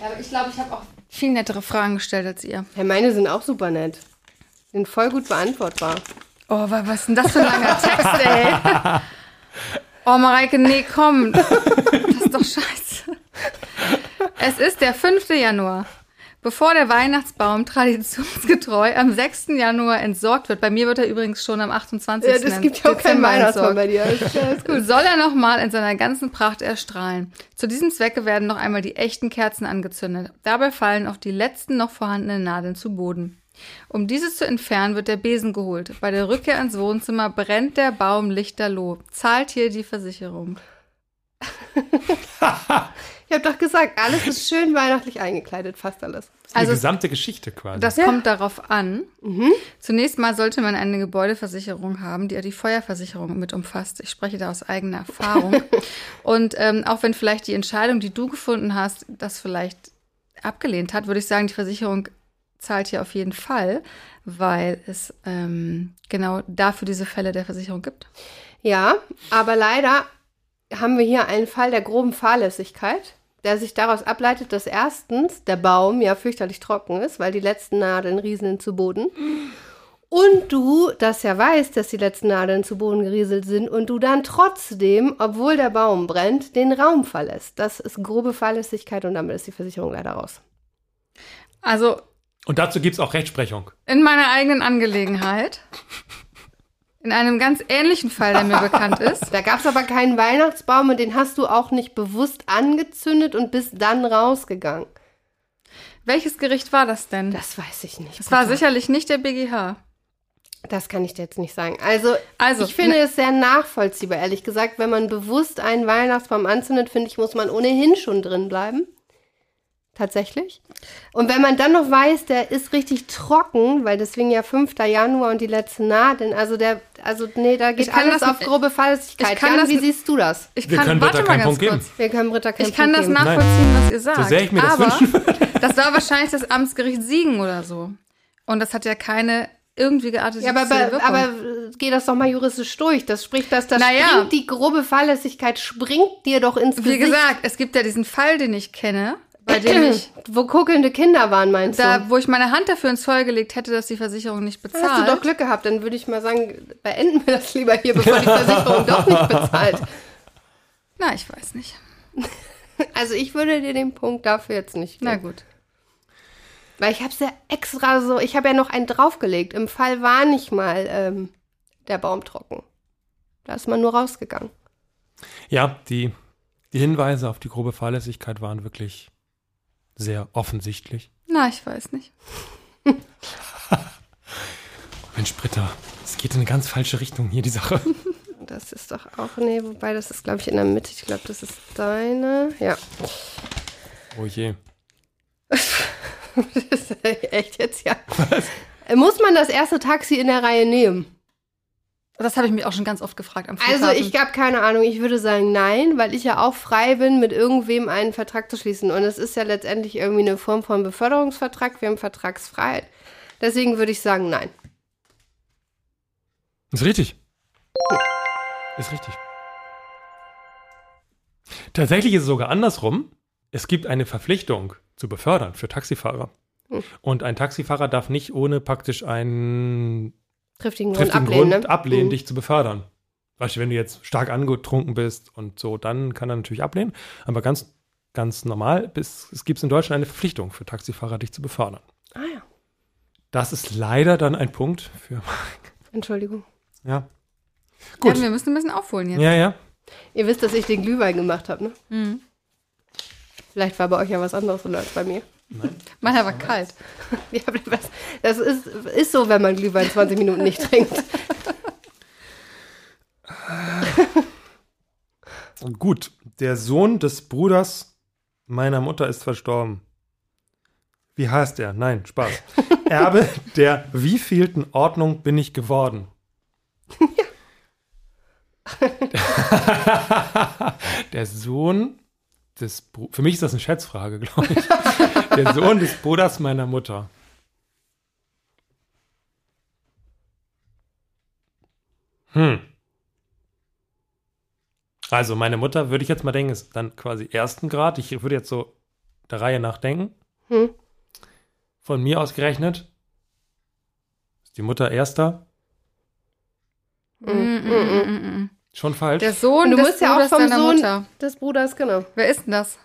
Ja, aber ich glaube, ich habe auch viel nettere Fragen gestellt als ihr. Ja, meine sind auch super nett. Sind voll gut beantwortbar. Oh, wa- was ist denn das für ein langer Text, <laughs> ey? Oh, Mareike, nee, komm. Das ist doch scheiße. Es ist der 5. Januar. Bevor der Weihnachtsbaum traditionsgetreu am 6. Januar entsorgt wird, bei mir wird er übrigens schon am 28. Ja, das gibt ja auch keinen Dezember Weihnachtsmann entsorgt. bei dir. Das ist ja alles gut. Soll er nochmal in seiner ganzen Pracht erstrahlen. Zu diesem Zwecke werden noch einmal die echten Kerzen angezündet. Dabei fallen auch die letzten noch vorhandenen Nadeln zu Boden. Um dieses zu entfernen, wird der Besen geholt. Bei der Rückkehr ins Wohnzimmer brennt der Baum lichterloh. Zahlt hier die Versicherung. Ich habe doch gesagt, alles ist schön weihnachtlich eingekleidet, fast alles. Also Also die es- gesamte Geschichte quasi. Das kommt darauf an. Zunächst mal sollte man eine Gebäudeversicherung haben, die ja die Feuerversicherung mit umfasst. Ich spreche da aus eigener Erfahrung. Und ähm, auch wenn vielleicht die Entscheidung, die du gefunden hast, das vielleicht abgelehnt hat, würde ich sagen, die Versicherung zahlt hier auf jeden Fall, weil es ähm, genau dafür diese Fälle der Versicherung gibt. Ja, aber leider haben wir hier einen Fall der groben Fahrlässigkeit, der sich daraus ableitet, dass erstens der Baum ja fürchterlich trocken ist, weil die letzten Nadeln rieseln zu Boden. Und du das ja weißt, dass die letzten Nadeln zu Boden gerieselt sind und du dann trotzdem, obwohl der Baum brennt, den Raum verlässt. Das ist grobe Fahrlässigkeit und damit ist die Versicherung leider raus. Also Und dazu gibt es auch Rechtsprechung. in meiner eigenen Angelegenheit, in einem ganz ähnlichen Fall, der mir bekannt <laughs> ist, Da gab es aber keinen Weihnachtsbaum und den hast du auch nicht bewusst angezündet und bist dann rausgegangen. welches Gericht war das denn? Das weiß ich nicht. Es war Britta. sicherlich nicht der BGH. Das kann ich dir jetzt nicht sagen. Also, Also, ich finde es sehr nachvollziehbar, ehrlich gesagt. Wenn man bewusst einen Weihnachtsbaum anzündet, finde ich, muss man ohnehin schon drin bleiben. Tatsächlich. Und wenn man dann noch weiß, der ist richtig trocken, weil deswegen ja 5. Januar und die letzte Nadeln, also der, also nee, da geht kann alles das- auf grobe Fahrlässigkeit. ich kann Jan, das- wie siehst du das? Ich Wir kann, können warte Britta mal keinen ganz Punkt kurz. Wir können Britta keinen Ich kann Punkt das geben. nachvollziehen, was ihr sagt. sehr ich mir das aber wünschen das war wahrscheinlich das Amtsgericht Siegen oder so. Und das hat ja keine irgendwie geartete Ja, aber, Wirkung. aber, aber geh das doch mal juristisch durch. Das spricht, dass das Naja. springt, die grobe Fahrlässigkeit springt dir doch ins Wie Gesicht. gesagt, es gibt ja diesen Fall, den ich kenne, bei dem <clears throat> ich, wo kuckelnde Kinder waren, meinst da, du? wo ich meine Hand dafür ins Feuer gelegt hätte, dass die Versicherung nicht bezahlt. Hast du doch Glück gehabt, dann würde ich mal sagen, beenden wir das lieber hier, bevor die Versicherung doch nicht <laughs> bezahlt. Na, ich weiß nicht. Also ich würde dir den Punkt dafür jetzt nicht Na geben. gut. Weil ich habe es ja extra so, ich habe ja noch einen draufgelegt. Im Fall war nicht mal ähm, der Baum trocken. Da ist man nur rausgegangen. Ja, die, die Hinweise auf die grobe Fahrlässigkeit waren wirklich sehr offensichtlich. Na, ich weiß nicht. Mensch, Britta, es geht in eine ganz falsche Richtung hier, die <laughs> Sache. Das ist doch auch, nee, wobei das ist, glaube ich, in der Mitte. Ich glaube, das ist deine. Ja. <laughs> Oh je. Das ist echt jetzt, ja. Muss man das erste Taxi in der Reihe nehmen? Das habe ich mich auch schon ganz oft gefragt am Flughafen. Also ich habe keine Ahnung. Ich würde sagen nein, weil ich ja auch frei bin, mit irgendwem einen Vertrag zu schließen. Und es ist ja letztendlich irgendwie eine Form von Beförderungsvertrag. Wir haben Vertragsfreiheit. Deswegen würde ich sagen nein. Ist richtig. Oh. Ist richtig. Tatsächlich ist es sogar andersrum. Es gibt eine Verpflichtung zu befördern für Taxifahrer. Hm. Und ein Taxifahrer darf nicht ohne praktisch einen Triftigen Grund triftigen ablehnen. Grund ne? ablehnen, Mhm. dich zu befördern. Weißt du, wenn du jetzt stark angetrunken bist und so, dann kann er natürlich ablehnen. Aber ganz, ganz normal, bis, es gibt in Deutschland eine Verpflichtung für Taxifahrer, dich zu befördern. Ah ja, Das ist leider dann ein Punkt für. Entschuldigung. Ja. ja, Gut. wir müssen ein bisschen aufholen jetzt. Ja, ja. Ihr wisst, dass ich den Glühwein gemacht habe, ne? Mhm. Vielleicht war bei euch ja was anderes so als bei mir. <laughs> Meiner war kalt. Ja, aber das- Das ist, ist so, wenn man Glühwein 20 Minuten nicht trinkt. Gut, der Sohn des Bruders meiner Mutter ist verstorben. Wie heißt er? Nein, <laughs> Spaß. Erbe der wievielten Ordnung bin ich geworden? <laughs> der Sohn des Bru Für mich ist das eine Schätzfrage, glaube ich. Der Sohn des Bruders meiner Mutter. Hm. Also meine Mutter, würde ich jetzt mal denken, ist dann quasi ersten Grad. Ich würde jetzt so der Reihe nachdenken. Hm. Von mir aus gerechnet ist die Mutter erster. Mm, mm, mm, mm, mm. Schon falsch. Der Sohn Und du des musst ja auch Bruders vom deiner Sohn Mutter. <laughs> des Bruders, genau. Wer ist denn das?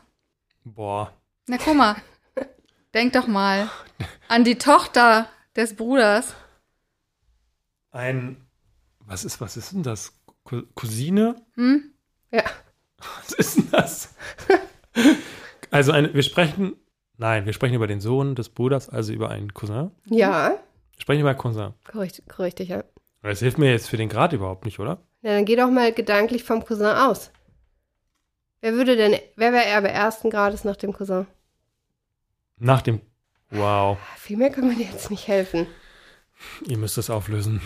Boah. Na <laughs> guck mal. Denk doch mal an die Tochter des Bruders. Ein. Was ist, was ist denn das? Cou- Cousine? Hm? Ja. Was ist denn das? also ein, wir sprechen. Nein, wir sprechen über den Sohn des Bruders, also über einen Cousin. Ja, Wir sprechen über einen Cousin. korrekt, korrekt, ja. Das hilft mir jetzt für den Grad überhaupt nicht, oder? Na, dann geh doch mal gedanklich vom Cousin aus. Wer würde denn, wer wäre Erbe ersten Grades nach dem Cousin? Ah, Nach dem. Wow. Viel mehr kann man dir jetzt nicht helfen. Ihr müsst es auflösen.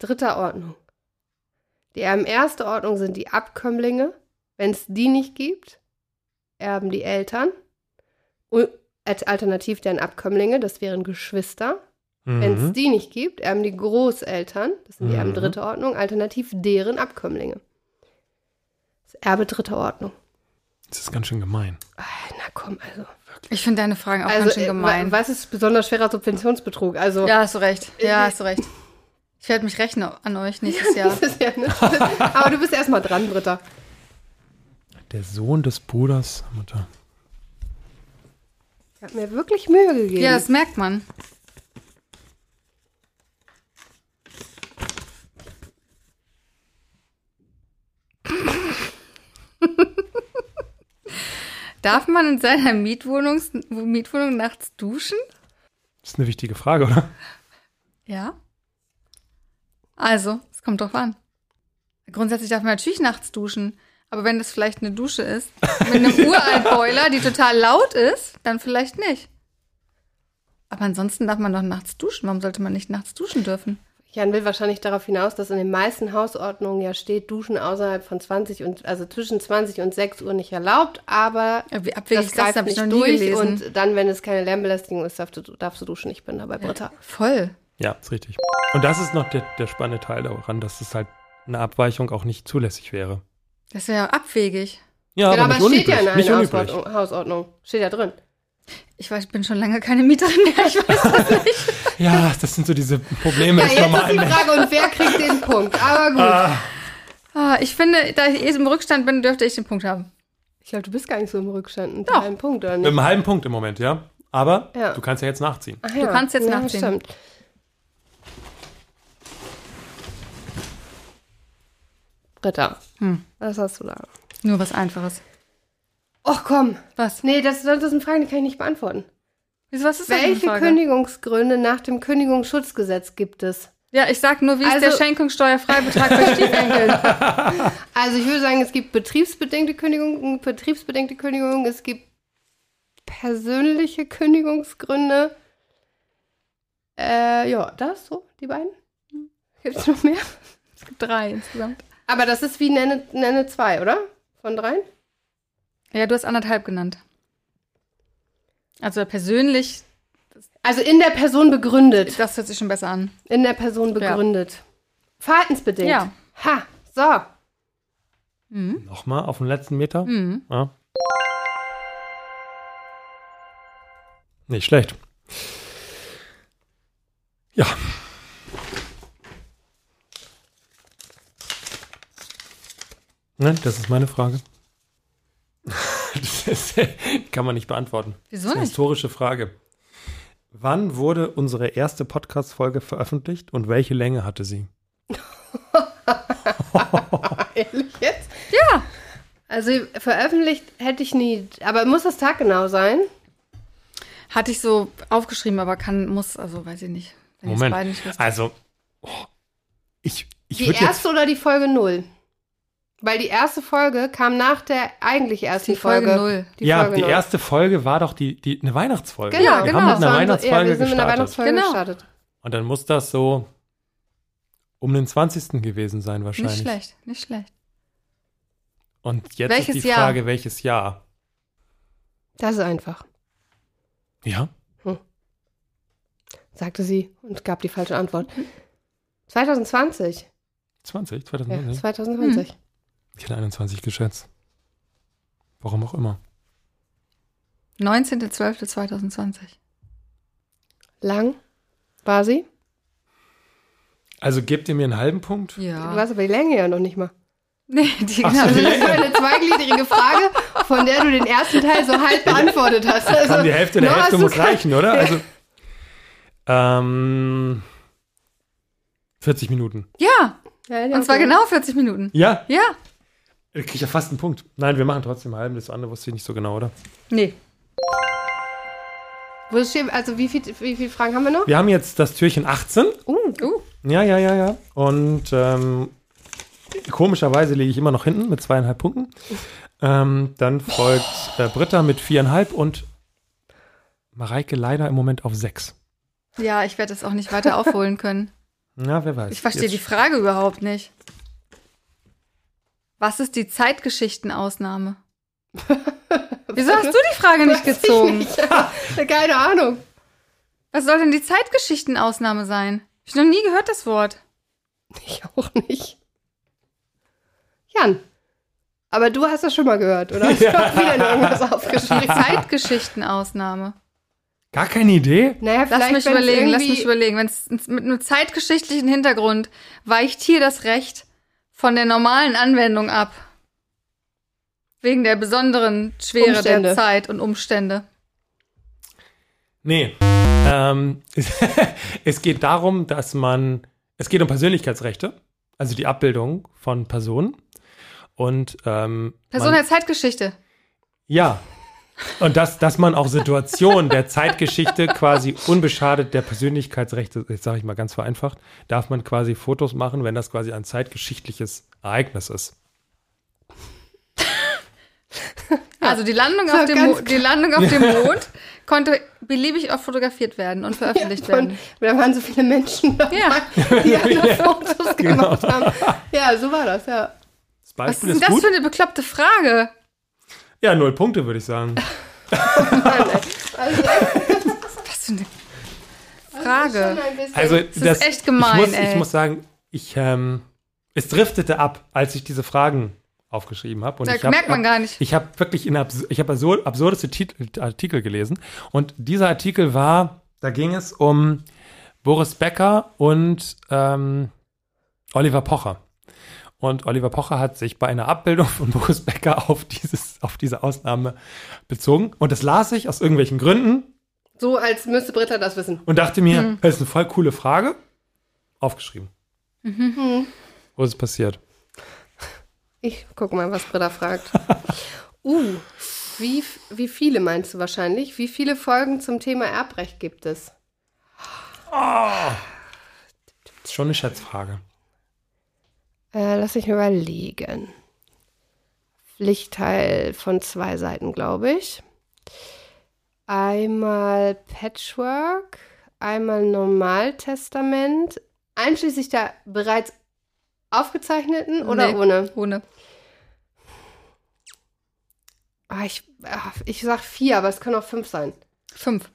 Dritter Ordnung. Die Erben erster Ordnung sind die Abkömmlinge. Wenn es die nicht gibt, erben die Eltern. U- als Alternativ deren Abkömmlinge, das wären Geschwister. Wenn es Mhm. die nicht gibt, erben die Großeltern, das sind die Erben Mhm. dritter Ordnung, alternativ deren Abkömmlinge. Das Erbe dritter Ordnung. Das ist ganz schön gemein. Ah, Na komm, also. Ich finde deine Fragen auch also ganz schön äh, gemein. wa- was ist besonders schwerer Subventionsbetrug? Also Ja, hast du recht. Ja, hast du recht. Ich werde mich rächen an euch nächstes Jahr. <laughs> <laughs> das ist ja nicht, aber du bist erstmal dran, Britta. Der Sohn des Bruders. Mutter. Ich habe mir wirklich Mühe gegeben. Ja, das merkt man. <laughs> Darf man in seiner Mietwohnung, Mietwohnung nachts duschen? Das ist eine wichtige Frage, oder? Ja. Also, es kommt drauf an. Grundsätzlich darf man natürlich nachts duschen. Aber wenn das vielleicht eine Dusche ist, mit <laughs> einem Uraltboiler, die total laut ist, dann vielleicht nicht. Aber ansonsten darf man doch nachts duschen. Warum sollte man nicht nachts duschen dürfen? Jan will wahrscheinlich darauf hinaus, dass in den meisten Hausordnungen ja steht, Duschen außerhalb von 20 und also zwischen 20 und 6 Uhr nicht erlaubt, aber Ja, Wie abwegig das das, das greift habe ich nicht noch nie durch gelesen. und dann, wenn es keine Lärmbelästigung ist, darfst du, darfst du duschen. Ich bin dabei, Britta. Voll. Ja, ist richtig. Und das ist noch der, der spannende Teil daran, dass es halt eine Abweichung auch nicht zulässig wäre. Das wäre ja abwegig. Ja, genau, nicht aber es steht ja in unüblich, nicht einer unüblich. Hausordnung, Hausordnung. Steht ja drin. Ich weiß, ich bin schon lange keine Mieterin mehr. Ich <laughs> weiß das nicht. Ja, das sind so diese Probleme. Ja, des jetzt ist normalen die Frage, und wer kriegt den Punkt? Aber gut. Ah, ich finde, da ich eh im Rückstand bin, dürfte ich den Punkt haben. Ich glaube, du bist gar nicht so im Rückstand. Mit Doch. einem Punkt, oder Mit nicht? einem halben Punkt im Moment, ja. Aber Ja. du kannst ja jetzt nachziehen. Ach Du kannst jetzt ja, nachziehen. Stimmt. Britta, Hm. was hast du da? Nur was Einfaches. Och komm. Was? Nee, das, das sind Fragen, die kann ich nicht beantworten. Wieso, was ist denn die Welche Frage? Kündigungsgründe nach dem Kündigungsschutzgesetz gibt es? Ja, ich sag nur, wie Also- ist der Schenkungssteuerfreibetrag <laughs> für Stiefenkel? Also ich würde sagen, es gibt betriebsbedingte Kündigungen, betriebsbedingte Kündigungen, es gibt persönliche Kündigungsgründe. Äh, ja, das so, die beiden. Gibt es noch mehr? es gibt drei insgesamt. Aber das ist wie Nenne, Nenne zwei, oder? Von dreien? Ja, du hast anderthalb genannt. Also persönlich, Also in der Person begründet. das hört sich schon besser an. In der Person begründet. Verhaltensbedingt. Ja. Ha, so. <laughs> Mhm. Nochmal auf den letzten Meter. Mhm. Ja. Nicht schlecht. Ja. Ne, das ist meine <laughs> Frage. Das ist, kann man nicht beantworten. Das Wieso ist eine nicht? historische Frage. Wann wurde unsere erste Podcast-Folge veröffentlicht und welche Länge hatte sie? Ehrlich jetzt? Ja. Also veröffentlicht hätte ich nie, aber muss das taggenau sein? Hatte ich so aufgeschrieben, aber kann, muss, also weiß ich nicht. Wenn ich's beide nicht wüsste. Also, oh, ich, ich Die würde jetzt erste oder die Folge null? Weil die erste Folge kam nach der eigentlich ersten Die Folge Folge. null. Die ja, Folge die null. erste Folge war doch die, die eine Weihnachtsfolge. Genau, wir genau. haben mit das waren einer so- ja, Weihnachtsfolge wir sind mit einer gestartet. Weihnachtsfolge Genau. gestartet. Und dann muss das so um den 20. gewesen sein wahrscheinlich. Nicht schlecht, nicht schlecht. Und jetzt Welches ist die Jahr? Frage, welches Jahr? Das ist einfach, Ja, sagte sie und gab die falsche Antwort. 2020. 20, Ja, 2020. 2020. hm. Ich hätte 21 geschätzt. Warum auch immer. 19.12.2020. Lang war sie. Also gebt ihr mir einen halben Punkt? Ja. Du weißt aber die Länge ja noch nicht mal. Nee, die Ach so, genau. Also die das war eine zweigliedrige Frage, von der du den ersten Teil so halb beantwortet hast. Also, Komm, die Hälfte der noch Hälfte hast du muss kein- reichen, oder? Also, ähm, 40 Minuten. Ja, Ja, ja, und zwar okay. genau 40 Minuten. Ja, Ja. ich kriege ja fast einen Punkt. Nein, wir machen trotzdem einen halben. Das andere wusste ich nicht so genau, oder? Nee. Wo es steht, also wie viele wie viel Fragen haben wir noch? Wir haben jetzt das Türchen 18. Uh, Uh, Ja, ja, ja, ja. Und ähm, Komischerweise liege ich immer noch hinten mit zweieinhalb Punkten. Ähm, dann folgt äh, Britta mit viereinhalb und Mareike leider im Moment auf sechs. Ja, ich werde es auch <laughs> nicht weiter aufholen können. Na, wer weiß. Ich verstehe Jetzt- die Frage überhaupt nicht. Was ist die Zeitgeschichtenausnahme? Wieso hast du die Frage nicht gezogen? <laughs> Keine Ahnung. Was soll denn die Zeitgeschichtenausnahme sein? Hab Ich noch nie gehört das Wort. Ich auch nicht. Jan. Aber du hast das schon mal gehört, <laughs> oder? Ich habe wieder nur irgendwas Die aufgeschrieben. Zeitgeschichtenausnahme. Gar keine Idee? Naja, Lass vielleicht mich wenn's überlegen, lass irgendwie- mich überlegen. Wenn es mit einem zeitgeschichtlichen Hintergrund weicht hier das Recht von der normalen Anwendung ab. Wegen der besonderen Schwere Umstände. der Zeit und Umstände. Nee. Ähm, <laughs> es geht darum, dass man. Es geht um Persönlichkeitsrechte, also die Abbildung von Personen. Und ähm, Person man, der Zeitgeschichte. Ja. Und dass, dass man auch Situationen der Zeitgeschichte quasi unbeschadet der Persönlichkeitsrechte, jetzt sage ich mal ganz vereinfacht, darf man quasi Fotos machen, wenn das quasi ein zeitgeschichtliches Ereignis ist. Also die Landung, So, auf dem, ganz Mo- die Landung <laughs> auf dem Mond konnte beliebig oft fotografiert werden und veröffentlicht Von, werden. da waren so viele Menschen dabei, Ja. die andere Fotos gemacht haben. Ja, so war das, ja. Das Was Beispiel ist denn ist das gut. für eine bekloppte Frage? Ja, null Punkte, würde ich sagen. Mann, ey. Also, Was für eine das Frage? ist schon ein bisschen- Also das, ist echt gemein, Ich muss, ich ey. muss sagen, ich ähm, es driftete ab, als ich diese Fragen aufgeschrieben habe. Und Da ich hab, merkt man hab, gar nicht. Ich habe wirklich in abs ich habe absurd, absurdeste Titel, Artikel gelesen und dieser Artikel war, da ging es um Boris Becker und ähm, Oliver Pocher. Und Oliver Pocher hat sich bei einer Abbildung von <laughs> Boris Becker auf, dieses, auf diese Ausnahme bezogen. Und das las ich aus irgendwelchen Gründen So, als müsste Britta das wissen. und dachte mir, das ist eine voll coole Frage. Aufgeschrieben. Wo ist es passiert? Ich guck mal, was Britta fragt. Uh, wie, f- wie viele meinst du wahrscheinlich? Wie viele Folgen zum Thema Erbrecht gibt es? Ist schon eine Schätzfrage. Äh, lass mich überlegen. Pflichtteil von zwei Seiten, glaube ich. Einmal Patchwork, einmal Normaltestament, einschließlich der bereits aufgezeichneten oder Nee. ohne? Ohne. Ah, ich, ah, ich sag vier, aber es können auch fünf sein. Fünf.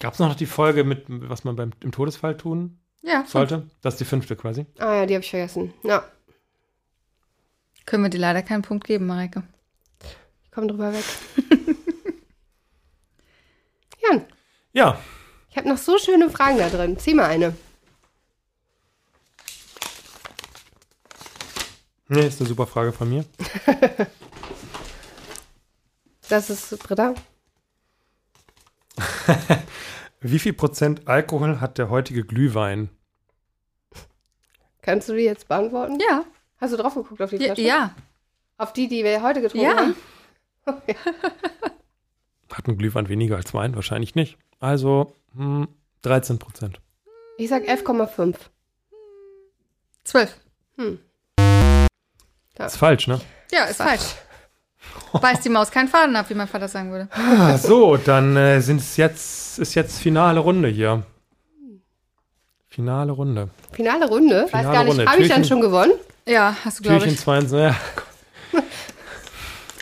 Gab es noch die Folge mit, was man beim, im Todesfall tun Ja, fünf. sollte? Das ist die fünfte quasi. Ah ja, die habe ich vergessen. Ja, Können wir dir leider keinen Punkt geben, Mareike. ich komme drüber weg. Jan, Ja, ich habe noch so schöne Fragen da drin. Zieh mal eine. nee, ist eine super Frage von mir. Das ist Britta. Wie viel Prozent Alkohol hat der heutige Glühwein? Kannst du die jetzt beantworten? Ja. Hast du drauf geguckt auf die Ja. Flasche? ja. Auf die, die wir heute getrunken Ja. haben? Hat ein Glühwein weniger als Wein? Wahrscheinlich nicht. Also hm, 13 Prozent. Ich sag 11,5. Zwölf. Hm. Ist falsch, ne? Ja, ist falsch. Beißt die Maus keinen Faden ab, wie mein Vater sagen würde. Ah, so, dann äh, sind es jetzt, ist jetzt finale Runde hier. Finale Runde. Finale Runde? Weiß Finale gar nicht. Runde. Habe ich dann Türchen- schon gewonnen? Ja, hast du, glaube Türchen ich. 22, ja,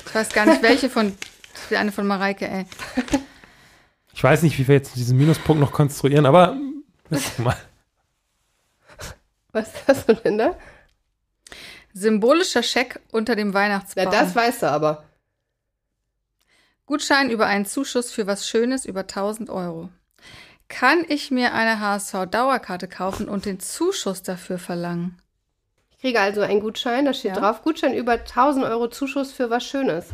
Ich weiß <laughs> gar nicht, welche von. Die eine von Mareike, ey. Ich weiß nicht, wie wir jetzt diesen Minuspunkt noch konstruieren, aber mm, guck mal. Was ist das denn da? Symbolischer Scheck unter dem Na, Weihnachtsbaum. das weißt du aber. Gutschein über einen Zuschuss für was Schönes über 1000 Euro. Kann ich mir eine HSV-Dauerkarte kaufen und den Zuschuss dafür verlangen? Ich kriege also einen Gutschein, da steht Ja. drauf, Gutschein über 1000 Euro Zuschuss für was Schönes.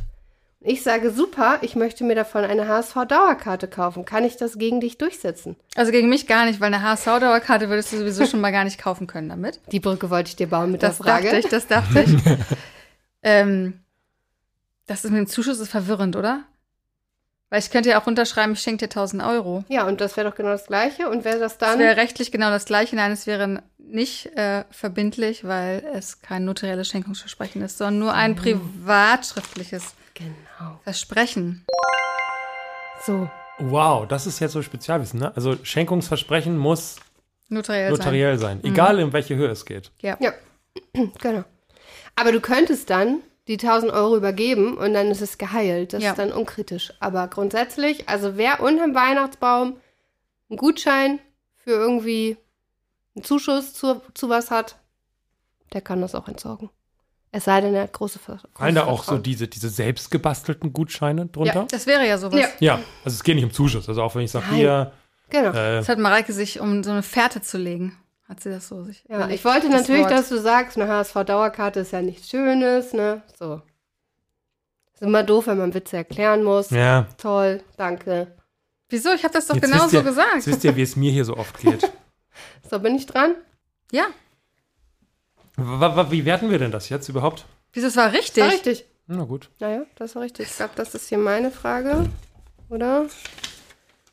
Ich sage, super, ich möchte mir davon eine HSV-Dauerkarte kaufen. Kann ich das gegen dich durchsetzen? Also gegen mich gar nicht, weil eine HSV-Dauerkarte würdest du sowieso schon mal gar nicht kaufen können damit. Die Brücke wollte ich dir bauen mit Das der Frage. dachte ich, das dachte ich. <laughs> ähm, das ist mit dem Zuschuss ist verwirrend, oder? Weil ich könnte ja auch runterschreiben, ich schenke dir 1000 Euro. Ja, und das wäre doch genau das Gleiche. Und wäre das Das dann... wäre rechtlich genau das Gleiche. Nein, es wäre nicht äh, verbindlich, weil es kein notarielles Schenkungsversprechen ist, sondern nur Ah. ein privatschriftliches Genau. Versprechen. So. Wow, das ist jetzt so Spezialwissen, ne? Also Schenkungsversprechen muss Notariell, Mhm. notariell sein. Egal in welche Höhe es geht. sein. Ja. Ja. Genau. Aber du könntest dann die 1000 Euro übergeben und dann ist es geheilt. Das Ja. ist dann unkritisch. Aber grundsätzlich, also wer unterm Weihnachtsbaum einen Gutschein für irgendwie einen Zuschuss zu, zu was hat, der kann das auch entsorgen. Es sei denn, er hat große Ver Fallen da großes auch so Vertrauen. diese, diese selbstgebastelten Gutscheine drunter? Das wäre ja sowas. Ja. Ja. also es geht nicht um Zuschuss. Also auch wenn ich sage, Nein. hier, Genau. äh, Das hat Mareike sich, um so eine Fährte zu legen, hat sie das so sich. Ja, überlegt, ich wollte das natürlich, Wort. dass du sagst, eine HSV-Dauerkarte ist ja nichts Schönes, ne? So. Ist immer doof, wenn man Witze erklären muss. ja. Toll, danke. Wieso? Ich habe das doch Jetzt genau wisst so ihr- Jetzt gesagt. wisst ihr, wie es mir hier so oft <laughs> geht. So, bin ich dran? Ja. W- w- Wie werten wir denn das jetzt überhaupt? Wieso? Es war richtig. War richtig. Na gut. Naja, das war richtig. Ich glaube, das ist hier meine Frage, oder?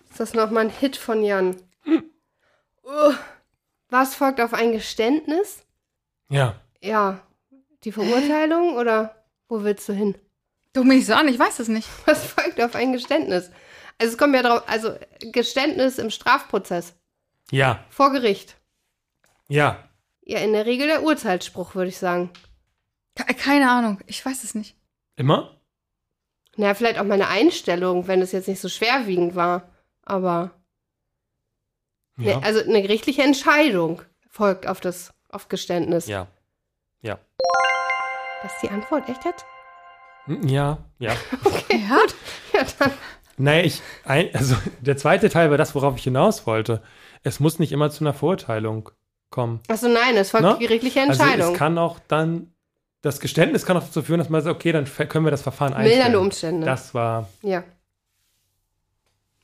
Ist das nochmal ein Hit von Jan? <clears throat> Ugh. Oh, Was folgt auf ein Geständnis? Ja. Ja, die Verurteilung oder wo willst du hin? <laughs> Guck mich nicht so an, ich weiß es nicht. Was folgt auf ein Geständnis? Also es kommt ja drauf, also Geständnis im Strafprozess. Ja. Vor Gericht. Ja. Ja, in der Regel der Urteilsspruch, würde ich sagen. Ke- Keine Ahnung, ich weiß es nicht. Immer? Naja, vielleicht auch meine Einstellung, wenn es jetzt nicht so schwerwiegend war. Aber Ja. ne, also eine gerichtliche Entscheidung folgt auf das auf Geständnis. Ja. Das ist die Antwort, echt jetzt? Hm, Ja. <laughs> Ja. <laughs> ja. Ja, dann. Naja, ich, ein, also der zweite Teil war das, worauf ich hinaus wollte. Es muss nicht immer zu einer Verurteilung kommen. Achso, nein, es folgt Na? die gerichtliche Also Entscheidung. es kann auch dann, das Geständnis kann auch dazu führen, dass man sagt, okay, dann fe- können wir das Verfahren einstellen. Mildernde Umstände. Das war ja.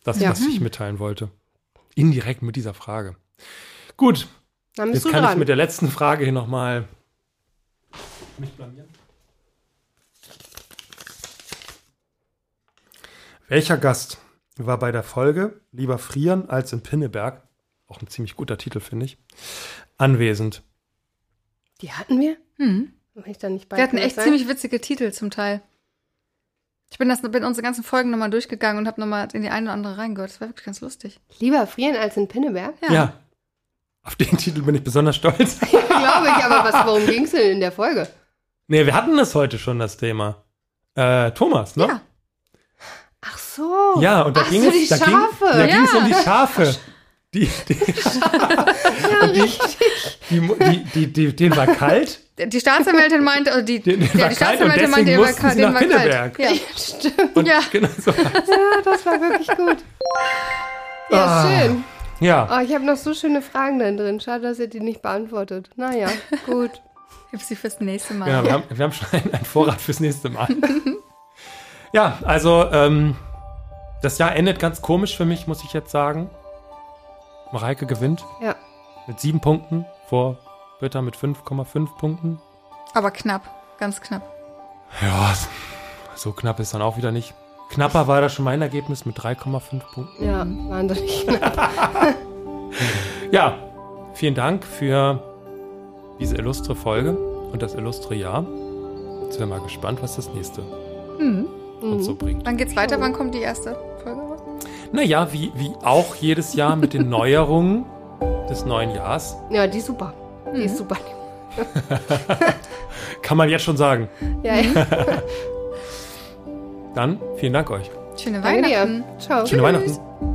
das, Ja. Mhm. was ich mitteilen wollte. Indirekt mit dieser Frage. Gut, Dann bist jetzt du kann ich dran. mit der letzten Frage hier nochmal mich blamieren. Welcher Gast war bei der Folge Lieber frieren als in Pinneberg, auch ein ziemlich guter Titel, finde ich, anwesend? die hatten wir? Hm. Bin ich da nicht bei? Wir Kann hatten das echt sein? ziemlich witzige Titel zum Teil. Ich bin, das, bin unsere ganzen Folgen nochmal durchgegangen und habe nochmal in die eine oder andere reingehört. Das war wirklich ganz lustig. Lieber frieren als in Pinneberg? <laughs> Ja. Auf den <laughs> Titel bin ich besonders stolz. Glaube ich, aber was, worum ging es denn in der Folge? nee, wir hatten das heute schon, das Thema. Äh, Thomas, ne? Ja. Ach so. Ja, und da Ach ging so, es die da ging, Schafe. da Ja. ging es um die Schafe. Die, die, <laughs> und die, die, die, die, die, den war kalt. Die Staatsanwältin meinte, <laughs> also die, Den- den ja, war die kalt und Staatsanwältin deswegen meinte, der war mussten kalt. sie Der nach war kalt. Pinneberg. <laughs> Ja. Stimmt, Und Ja. genau so. ja, das war wirklich gut. Ja, Ah. schön. Ja, Oh, ich habe noch so schöne Fragen da drin. Schade, dass ihr die nicht beantwortet. Naja, gut. Ich hab sie fürs nächste Mal. genau, wir, haben, wir haben schon einen, einen Vorrat fürs nächste Mal. ja, also ähm, das Jahr endet ganz komisch für mich, muss ich jetzt sagen. Mareike gewinnt Ja, mit sieben Punkten vor Britta mit 5,5 Punkten. Aber knapp, ganz knapp. Ja, so knapp ist dann auch wieder nicht. Knapper war da schon mein Ergebnis mit 3,5 Punkten. ja, wahnsinnig. Ja, vielen Dank für diese illustre Folge und das illustre Jahr. Jetzt sind wir mal gespannt, was das nächste Mhm. uns so bringt. Wann geht's weiter? Wann kommt die erste Folge raus? Naja, wie, wie auch jedes Jahr mit den Neuerungen des neuen Jahres, Ja, die ist super. Die Mhm. ist super. kann man jetzt schon sagen. Ja, ja. Dann vielen Dank euch. Schöne Danke Weihnachten. dir. Ciao. Schöne Weihnachten.